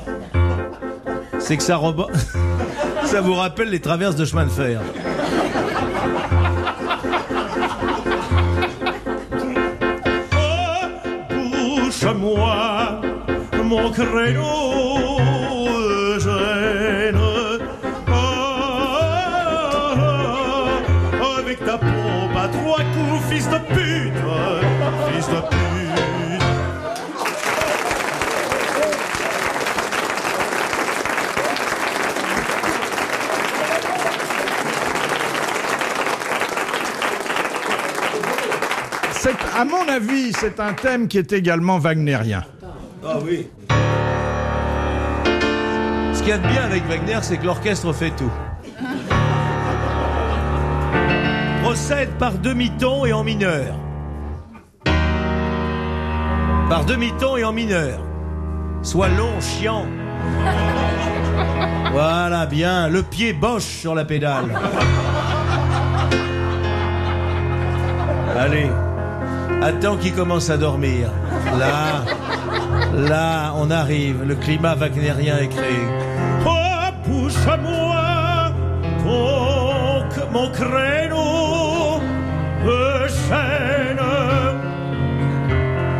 S4: c'est que ça, rebo- ça vous rappelle les traverses de chemin de fer. Bouche-moi mon créneau Oh, avec ta pompe à trois coups, fils de pute, fils de pute.
S3: c'est, à mon avis, c'est un thème qui est également wagnérien.
S4: Ah oui. qu'il y a de bien avec Wagner, c'est que l'orchestre fait tout. Procède par demi-ton et en mineur. Par demi-ton et en mineur. Soit long, chiant. Voilà, bien. Le pied boche sur la pédale. Allez. Attends qu'il commence à dormir. Là, là, on arrive. Le climat wagnerien est créé. Oh, pousse à moi ton, mon créneau de chaîne.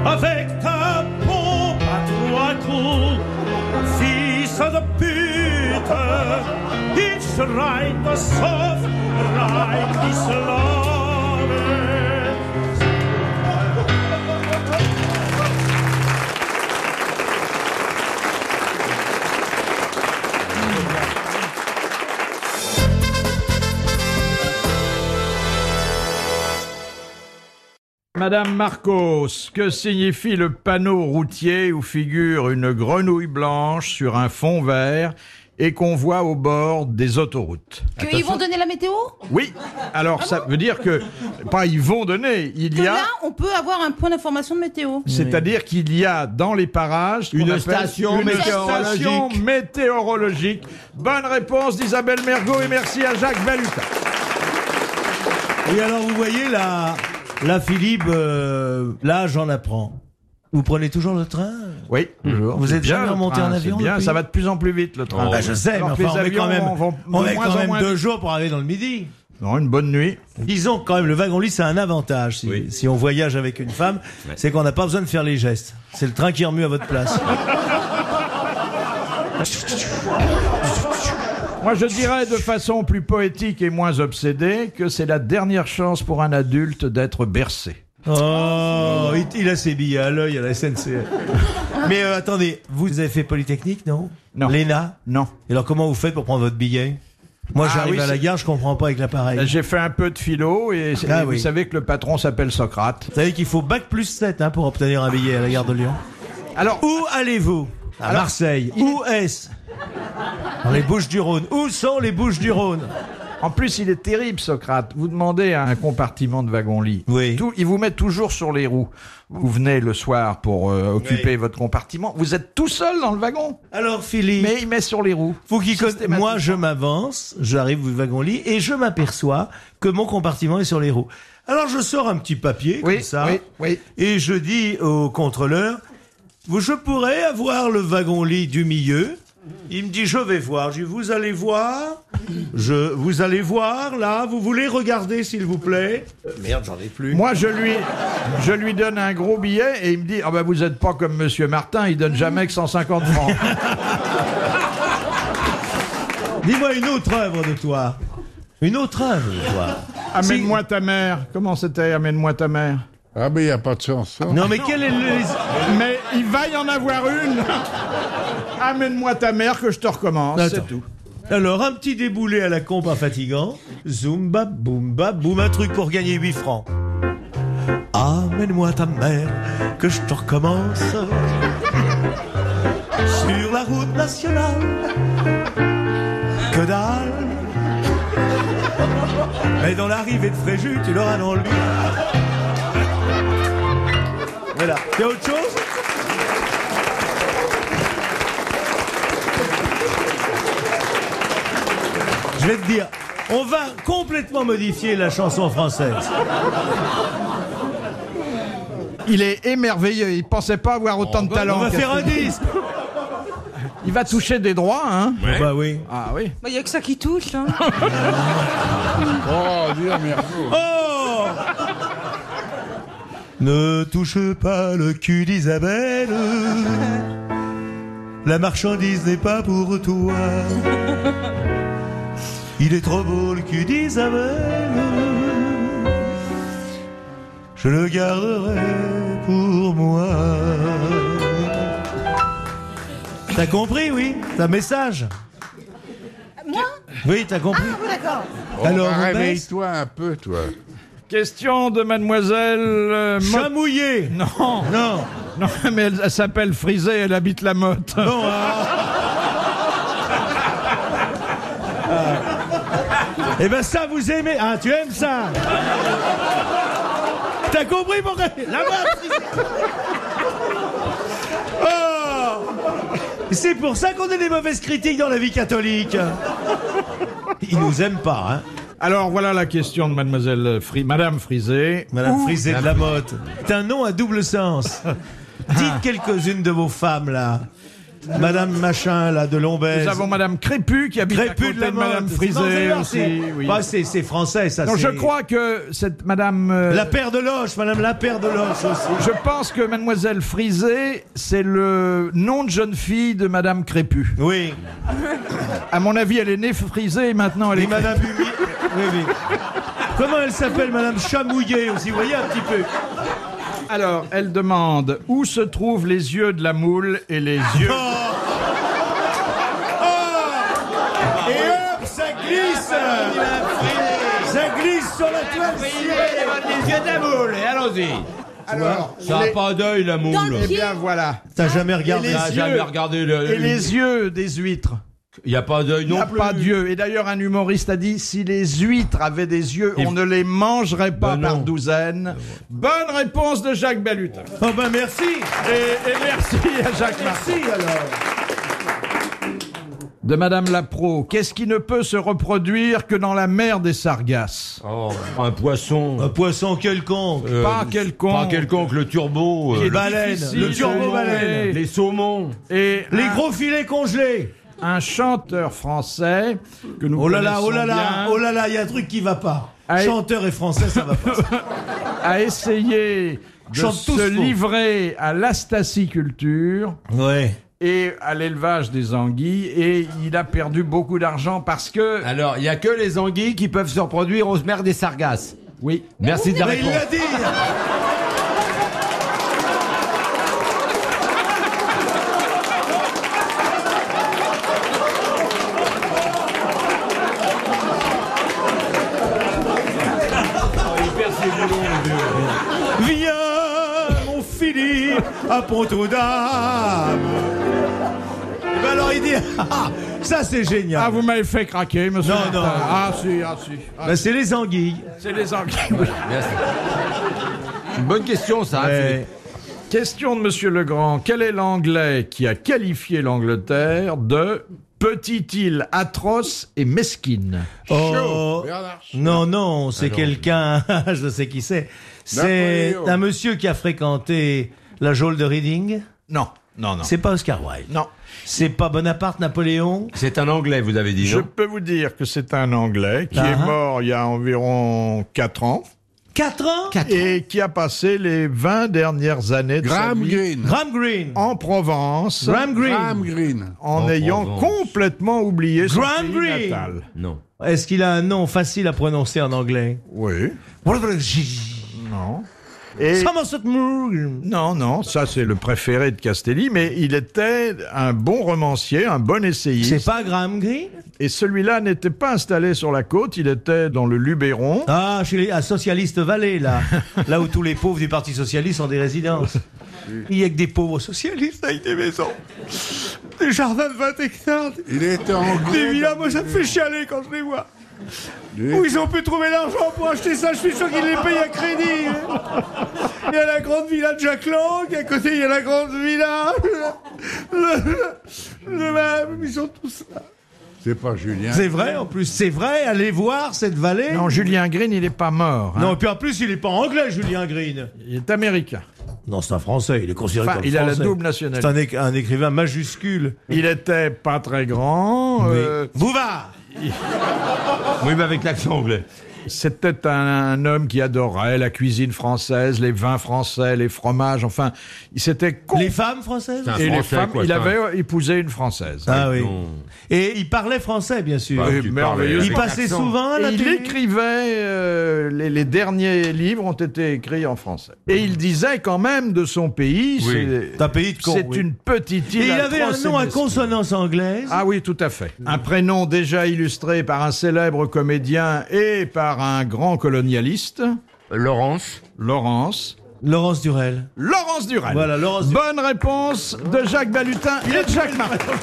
S4: Avec ta pompe à trois coups, fils de pute, it's right, the soft right, this love.
S3: Madame Marcos, que signifie le panneau routier où figure une grenouille blanche sur un fond vert et qu'on voit au bord des autoroutes
S2: euh, Qu'ils vont donner la météo
S3: Oui, alors ça veut dire que, pas ils vont donner, il
S2: Que
S3: y a,
S2: là, on peut avoir un point d'information de météo.
S3: c'est-à-dire qu'il y a dans les parages ce qu'on
S5: Une
S3: appelle
S5: station
S3: une
S5: météorologique.
S3: station météorologique. Bonne réponse d'Isabelle Mergot et merci à Jacques Baluta.
S4: Oui, alors vous voyez là, là Philippe, euh, là j'en apprends. Vous prenez toujours le train
S3: Oui, toujours.
S4: Vous
S3: C'est
S4: êtes
S3: bien
S4: jamais
S3: le
S4: remonté
S3: train,
S4: en
S3: c'est
S4: avion,
S3: Bien,
S4: depuis
S3: ça va de plus en plus vite le train.
S4: Bah, Je sais, mais
S3: Alors que
S4: enfin, on
S3: les
S4: met quand
S3: avions
S4: même,
S3: vont
S4: on met
S3: de moins
S4: quand
S3: en
S4: même
S3: moins
S4: deux jours pour arriver dans le midi.
S3: Non, une bonne nuit.
S4: Disons que quand même, le wagon-lit, c'est un avantage. Si,
S5: Oui.
S4: si on voyage avec une femme, c'est qu'on n'a pas besoin de faire les gestes. C'est le train qui remue à votre place.
S3: Moi, je dirais de façon plus poétique et moins obsédée que c'est la dernière chance pour un adulte d'être bercé.
S4: Oh, il, il a ses billets à l'œil à la SNCF. Mais euh, attendez, vous avez fait Polytechnique, non
S3: Non.
S4: Léna
S3: Non.
S4: Et alors comment vous faites pour prendre votre billet Moi,
S3: Ah,
S4: j'arrive
S3: oui,
S4: à la
S3: c'est- Euh,
S4: gare, je comprends pas avec l'appareil.
S3: J'ai fait un peu de philo et, et
S4: Ah
S3: vous
S4: oui.
S3: savez que le patron s'appelle Socrate.
S4: Vous savez qu'il faut bac plus 7 hein, pour obtenir un billet à la gare de Lyon.
S3: Alors,
S4: Où allez-vous À
S3: Alors,
S4: Marseille. Où est-ce Dans les Bouches-du-Rhône. Où sont les Bouches-du-Rhône
S3: en plus, il est terrible, Socrate. Vous demandez à un compartiment de wagon-lit.
S4: Oui.
S3: Tout- il vous met toujours sur les roues. Vous venez le soir pour euh, occuper votre compartiment. Vous êtes tout seul dans le wagon,
S4: Alors Philippe,
S3: mais il met sur les roues.
S4: vous qui connaissez- moi je m'avance, j'arrive au wagon-lit et je m'aperçois que mon compartiment est sur les roues. Alors je sors un petit papier
S3: Oui,
S4: comme ça
S3: oui, oui.
S4: et je dis au contrôleur vous je pourrais avoir le wagon-lit du milieu. Il me dit je vais voir. Je dis vous allez voir. Je vous allez voir là, vous voulez regarder s'il vous plaît. Euh, merde, j'en ai plus.
S3: Moi, je lui, je lui donne un gros billet et il me dit Ah ben, vous n'êtes pas comme Monsieur Martin, il donne jamais que 150 francs.
S4: Dis-moi une autre œuvre de toi. Une autre œuvre de toi.
S3: Amène-moi ta mère. Comment c'était Amène-moi ta mère.
S6: Ah, mais il n'y a pas de chanson.
S4: Non mais quel est le
S3: Mais il va y en avoir une. Amène-moi ta mère que je te recommence.
S4: Attends.
S3: C'est tout.
S4: Alors, un petit déboulé à la con pas fatigant. Zumba, boumba, boum, un truc pour gagner 8 francs. Amène-moi ta mère, que je te recommence. Sur la route nationale, que dalle. Mais dans l'arrivée de Fréjus, tu l'auras dans le but. Voilà. T'as autre chose Je vais te dire, on va complètement modifier la chanson française.
S3: Il est émerveillé. Il pensait pas avoir autant de
S4: Oh, bah, On
S3: talent.
S4: va faire un disque.
S3: Il va toucher des droits, hein
S4: Bah oui.
S3: Ah oui.
S2: Il n'y a que ça qui touche. hein.
S6: Oh, dire merci.
S4: Oh Ne touche pas le cul d'Isabelle. La marchandise n'est pas pour toi. Il est trop beau le cul d'Isabelle. Je le garderai pour moi. T'as compris, oui T'as message
S2: Moi
S4: Oui, t'as compris
S2: Ah, d'accord.
S4: Alors,
S6: Alors,
S4: on baisse
S6: bah, réveille-toi un peu, toi.
S3: Question de mademoiselle... euh, Mo-
S4: Chamouillé
S3: non,
S4: Non
S3: non, mais elle, elle s'appelle Frisée, elle habite la motte.
S4: Bon, alors. Eh ben ça, vous aimez. Ah, tu aimes ça T'as compris pourquoi Là-bas Oh C'est pour ça qu'on est des mauvaises critiques dans la vie catholique. Ils nous aiment pas, hein
S3: Alors voilà la question de mademoiselle Fri- Madame Frisé.
S4: Madame
S3: Où-
S4: Frisé de la Motte. C'est un nom à double sens. Dites quelques-unes de vos femmes, là. Madame Machin, là, de Lombez.
S3: Nous avons Madame Crépu qui habite à
S4: Crépus
S3: côté
S4: de la Motte.
S3: Madame
S4: Non, c'est
S3: Frisé
S4: bien,
S3: aussi.
S4: c'est-
S3: oui.
S4: Bah, c'est c'est français, ça.
S3: Non, je
S4: c'est-
S3: crois que cette Madame. euh,
S4: La paire de loches, madame, la paire de loches aussi.
S3: Je pense que Mademoiselle Frisé, c'est le nom de jeune fille de Madame Crépu.
S4: Oui.
S3: À mon avis, elle est née frisée et maintenant elle
S4: Et
S3: est.
S4: madame Humi. Oui, oui. Comment elle s'appelle, madame Chamouillet aussi, vous voyez un petit peu.
S3: Alors, elle demande où se trouvent les yeux de la moule et les
S4: Ah,
S3: yeux.
S4: Et hop, ça glisse Ça glisse sur la toile
S5: Les yeux de la moule, et allons-y.
S1: Alors,
S5: Ça n'a pas d'œil, la moule.
S2: Dans le pied.
S1: bien voilà.
S4: T'as jamais regardé
S3: Et les
S5: T'as jamais regardé le.
S3: Et les yeux des huîtres.
S5: Il n'y a pas d'œil
S3: Il n'y
S5: non
S3: a
S5: plus.
S3: pas d'yeux. Et d'ailleurs, un humoriste a dit si les huîtres avaient des yeux,
S5: Et-
S3: on ne les mangerait pas
S5: Ben
S3: par
S5: non.
S3: douzaine. Bonne réponse de Jacques Bellut.
S4: Oh ben merci
S3: Et, et merci à Jacques Martin.
S4: Merci alors
S3: De Madame Lapro, qu'est-ce qui ne peut se reproduire que dans la mer des Sargasses
S5: Oh, un poisson.
S4: Un poisson quelconque
S5: Euh,
S3: Pas quelconque.
S5: Pas quelconque, le turbo. euh,
S3: Qui est
S5: le-
S4: baleine,
S3: difficile,
S4: le turbo
S3: saumon,
S4: baleine
S5: Les saumons.
S3: Et
S4: Les
S3: un-
S4: gros filets congelés
S3: un chanteur français que nous
S4: Oh là là,
S3: connaissons
S4: oh là là,
S3: bien
S4: oh là là, il y a un truc qui va pas.
S3: Allez.
S4: Chanteur et français, ça va pas.
S3: a essayé de
S4: Chante tous
S3: se
S4: faux.
S3: livrer à l'astaciculture
S4: Ouais.
S3: et à l'élevage des anguilles et il a perdu beaucoup d'argent parce que
S5: Alors, il n'y a que les anguilles qui peuvent se reproduire aux mers des sargasses.
S3: oui
S5: Merci de la
S4: Mais il
S5: réponse.
S4: l'a dit Viens, mon Philippe, à Pont-aux-Dames. Et ben alors il dit, Ah, ça c'est génial.
S3: ah vous m'avez fait craquer monsieur
S4: Non, non.
S3: Martin. ah si ah si Ah,
S4: Ben, c'est les anguilles.
S3: c'est les anguilles oui.
S5: Merci. C'est Une bonne question, ça. hein,
S4: Ouais.
S5: Philippe.
S3: Euh, question de monsieur Legrand quel est l'anglais qui a qualifié l'Angleterre de petite île atroce et mesquine
S4: Oh.
S6: Bernard Shaw.
S4: Non, non, c'est quelqu'un, je sais qui c'est. C'est
S6: Napoléon.
S4: un monsieur qui a fréquenté la geôle de Reading.
S3: non non non
S4: C'est pas Oscar Wilde.
S3: non
S4: C'est pas Bonaparte, Napoléon.
S5: C'est un anglais, vous avez dit,
S3: Je
S5: non
S3: peux vous dire que c'est un Anglais qui
S4: Ah,
S3: est
S4: ah.
S3: mort il y a environ 4 ans
S4: 4 ans
S3: et qui a passé les 20 dernières années de sa
S6: Graham
S3: vie
S6: Greene.
S4: Graham Greene.
S3: en Provence
S4: Graham Greene.
S6: Graham Greene.
S3: en
S5: En
S3: ayant
S5: Provence.
S3: complètement oublié son
S4: Graham
S3: pays
S4: Greene.
S3: natal.
S5: Non.
S4: Est-ce qu'il a un nom facile à prononcer en anglais
S3: Oui, non. Et
S4: Somerset Maugham.
S3: non, non, ça c'est le préféré de Castelli, mais il était un bon romancier, un bon essayiste.
S4: C'est pas Graham Greene
S3: Et celui-là n'était pas installé sur la côte, il était dans le Luberon.
S4: Ah, chez les à Socialiste Valley, là. là où tous les pauvres du Parti Socialiste ont des résidences. Il y a que des pauvres socialistes avec des maisons. Des jardins de 20 hectares.
S6: Il était anglais.
S4: moi ça me fait chialer quand je les vois.
S6: Il
S4: Où
S6: est-
S4: ils ont pu trouver l'argent pour acheter ça Je suis sûr qu'ils les payent à crédit. hein. Il y a la grande villa de Jacques Lang, à côté il y a la grande villa. Le- le- le- ils ont tous ça.
S6: C'est pas Julien.
S4: C'est vrai en plus, c'est vrai, allez voir cette vallée.
S3: Non, Julien Green, il n'est pas mort. hein.
S4: Non, et puis en plus il est pas anglais, Julien Green.
S3: Il est américain.
S4: Non, c'est un français, il est considéré
S3: Enfin,
S4: comme
S3: il a la
S4: français.
S3: double nationalité.
S4: C'est un, éc- un écrivain majuscule.
S3: Il était pas très grand. euh,
S4: Bouvard
S5: Oui, mais avec l'accent anglais.
S3: C'était un, un homme qui adorait la cuisine française, les vins français, les fromages. Enfin, il s'était con-
S4: Les femmes françaises
S5: Tiens.
S3: et les
S5: Français,
S3: femmes.
S5: quoi,
S3: il
S5: ça.
S3: avait épousé une française.
S4: Ah oui.
S5: Non.
S4: Et il parlait français, bien sûr.
S5: Bah,
S3: Et
S5: tu
S3: merveilleux.
S5: parlais
S4: il
S5: avec
S4: passait
S5: l'accent.
S4: souvent à
S3: Et
S4: la
S3: il
S4: télé
S3: écrivait, euh, les, les derniers livres ont été écrits en français. Et il disait quand même de son pays,
S5: Oui.
S3: c'est-
S4: C'est un pays de cons,
S3: c'est
S4: oui.
S3: une petite île.
S4: Et il avait un
S3: atroce et
S4: nom à
S3: mesquine.
S4: consonance anglaise.
S3: Ah oui, tout à fait. Un prénom déjà illustré par un célèbre comédien et par un grand colonialiste,
S5: Laurence.
S3: Laurence.
S4: Laurence Durel.
S3: Laurence Durel.
S4: Voilà, Laurence Durel.
S3: Bonne réponse de Jacques Balutin et de Jacques Martin.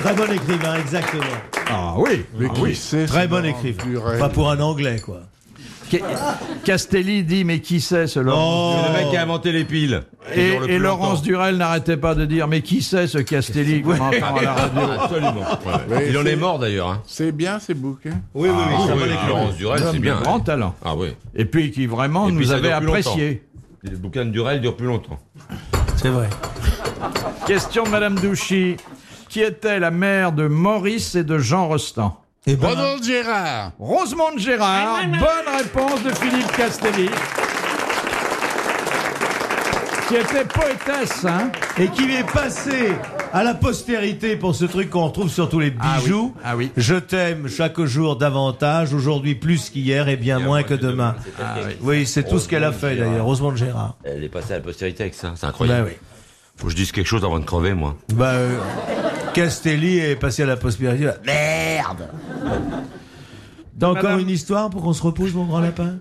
S4: Très bon écrivain, exactement.
S3: Ah oui,
S6: Mais
S3: ah
S6: qui
S3: oui.
S6: sait
S4: Très
S6: ce
S4: bon
S6: Laurent
S4: écrivain.
S6: Durel
S4: Pas pour un anglais, quoi.
S3: Ca- Castelli dit mais qui c'est ce Laurent
S4: Oh
S5: C'est le mec qui a inventé les piles.
S3: Et, et Laurence Durel n'arrêtait pas de dire mais qui c'est ce Castelli qu'on entend à Oh, la radio
S5: Ah, Absolument.
S6: Mais
S5: Il en est
S6: c'est-
S5: mort d'ailleurs. hein.
S6: C'est bien ces bouquins.
S4: Oui, oui, oui,
S5: Ah
S4: c'est un bon
S5: oui, ah,
S4: écrivain.
S5: Laurence Durel,
S3: Homme
S5: c'est
S3: de
S5: bien.
S3: grand
S5: ouais.
S3: talent.
S5: Ah oui.
S3: Et puis qui vraiment
S5: Et puis,
S3: nous
S5: ça
S3: avait
S5: dure plus
S3: apprécié.
S5: Les bouquins de Durel durent plus longtemps.
S4: C'est vrai.
S3: Question de Madame Douchy. Qui était la mère de Maurice et de Jean Rostand
S4: Et ben,
S6: Ronald Gérard.
S3: Rosemonde Gérard, bonne réponse de Philippe Castelli. Qui était poétesse, hein
S4: et qui est passé à la postérité pour ce truc qu'on retrouve sur tous les
S3: Ah oui,
S4: bijoux.
S3: ah oui.
S4: Je t'aime chaque jour davantage, aujourd'hui plus qu'hier et bien moins que demain. Oui, c'est tout ce qu'elle a fait d'ailleurs, Rosemonde Gérard.
S5: Elle est passée à la postérité avec ça, c'est
S4: Bah
S5: incroyable.
S4: oui.
S5: Faut que je dise quelque chose avant de crever, moi.
S4: Bah, euh, Castelli est passé à la postérité. Merde T'as encore
S3: Madame-
S4: une histoire pour qu'on se repose, mon grand lapin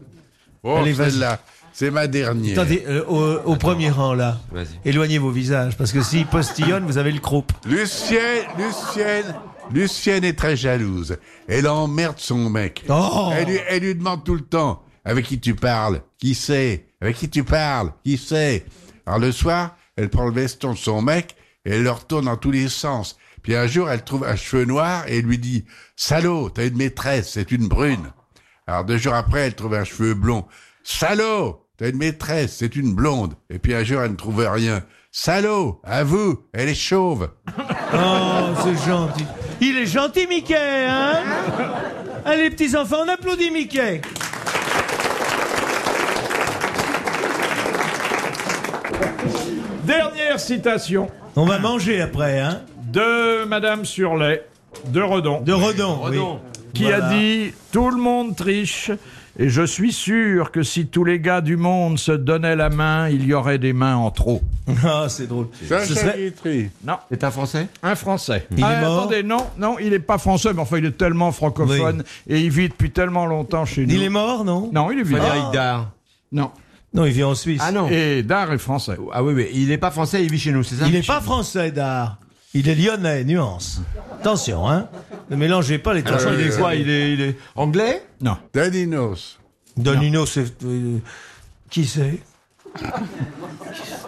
S6: Oh,
S4: Allez, vas-y.
S6: celle-là. C'est ma dernière.
S4: Attendez, euh, au, au premier rang là.
S5: Vas-y.
S4: Éloignez vos visages, parce que s'ils postillonnent, vous avez le croup.
S6: Lucienne, Lucienne, Lucienne est très jalouse. Elle emmerde son mec.
S4: Oh
S6: Elle, lui, elle lui demande tout le temps avec qui tu parles, qui c'est, avec qui tu parles, qui c'est. Alors le soir, elle prend le veston de son mec et elle le retourne dans tous les sens. Puis un jour, elle trouve un cheveu noir et elle lui dit Salaud, t'as une maîtresse, c'est une brune. Alors deux jours après, elle trouve un cheveu blond. Salaud, t'as une maîtresse, c'est une blonde. Et puis un jour, elle ne trouve rien. Salaud, à vous, elle est chauve.
S4: Oh, c'est gentil. Il est gentil, Mickey, hein Allez, petits enfants, on applaudit Mickey.
S3: Dernière citation
S4: On va manger après, hein
S3: de Madame Surlet de Redon,
S4: De Redon.
S5: Redon.
S4: oui.
S3: qui a
S4: Voilà.
S3: dit Tout le monde triche, et je suis sûr que si tous les gars du monde se donnaient la main, il y aurait des mains en trop.
S4: Ah, c'est drôle. Ce
S6: Sacha
S4: serait-
S6: Guitry.
S3: Non,
S5: C'est un français
S3: un Français.
S4: Il est mort
S3: Ah, Attendez, non, non, il n'est pas français, mais enfin, il est tellement francophone et il vit depuis tellement longtemps chez nous.
S4: Il est mort, non
S3: Non, il est vivant.
S5: Frédéric Dard.
S3: Non.
S4: Non, il vit en Suisse.
S5: Ah non.
S3: Et Dard est français.
S5: Ah oui, oui. Il est pas français, il vit chez nous, c'est ça
S4: Il n'est pas français, Dard. Il est lyonnais, nuance. Attention, hein Ne mélangez pas les torchons.
S5: Il est quoi Il est, Euh, il est anglais
S3: Non.
S6: Daninos.
S4: Donino, c'est... euh, Qui c'est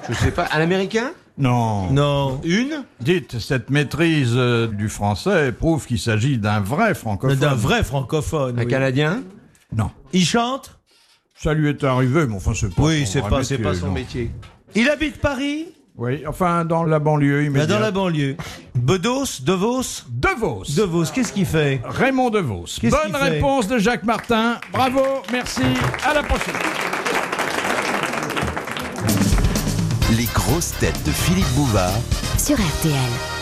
S5: Je sais pas. Un américain
S3: Non.
S4: Non.
S5: Une
S3: Dites, cette maîtrise euh, du français prouve qu'il s'agit d'un vrai francophone.
S4: D'un vrai francophone.
S5: Un
S4: oui.
S5: Canadien
S3: Non.
S4: Il chante
S3: Ça lui est arrivé, mais enfin, c'est pas
S4: Oui,
S3: son
S4: c'est
S3: vrai
S4: pas, c'est pas
S3: métier,
S4: son
S3: non.
S4: métier. Il habite Paris
S3: Oui, enfin, dans la banlieue
S4: Là,
S3: immédiate.
S4: Bah, dans la banlieue. Bedos, Devos
S3: De Vos.
S4: Devos, qu'est-ce qu'il fait
S3: Raymond De Vos.
S4: qu'il
S3: Bonne
S4: fait
S3: réponse de Jacques Martin. Bravo, merci. À la prochaine.
S1: Les grosses têtes de Philippe Bouvard
S7: sur RTL.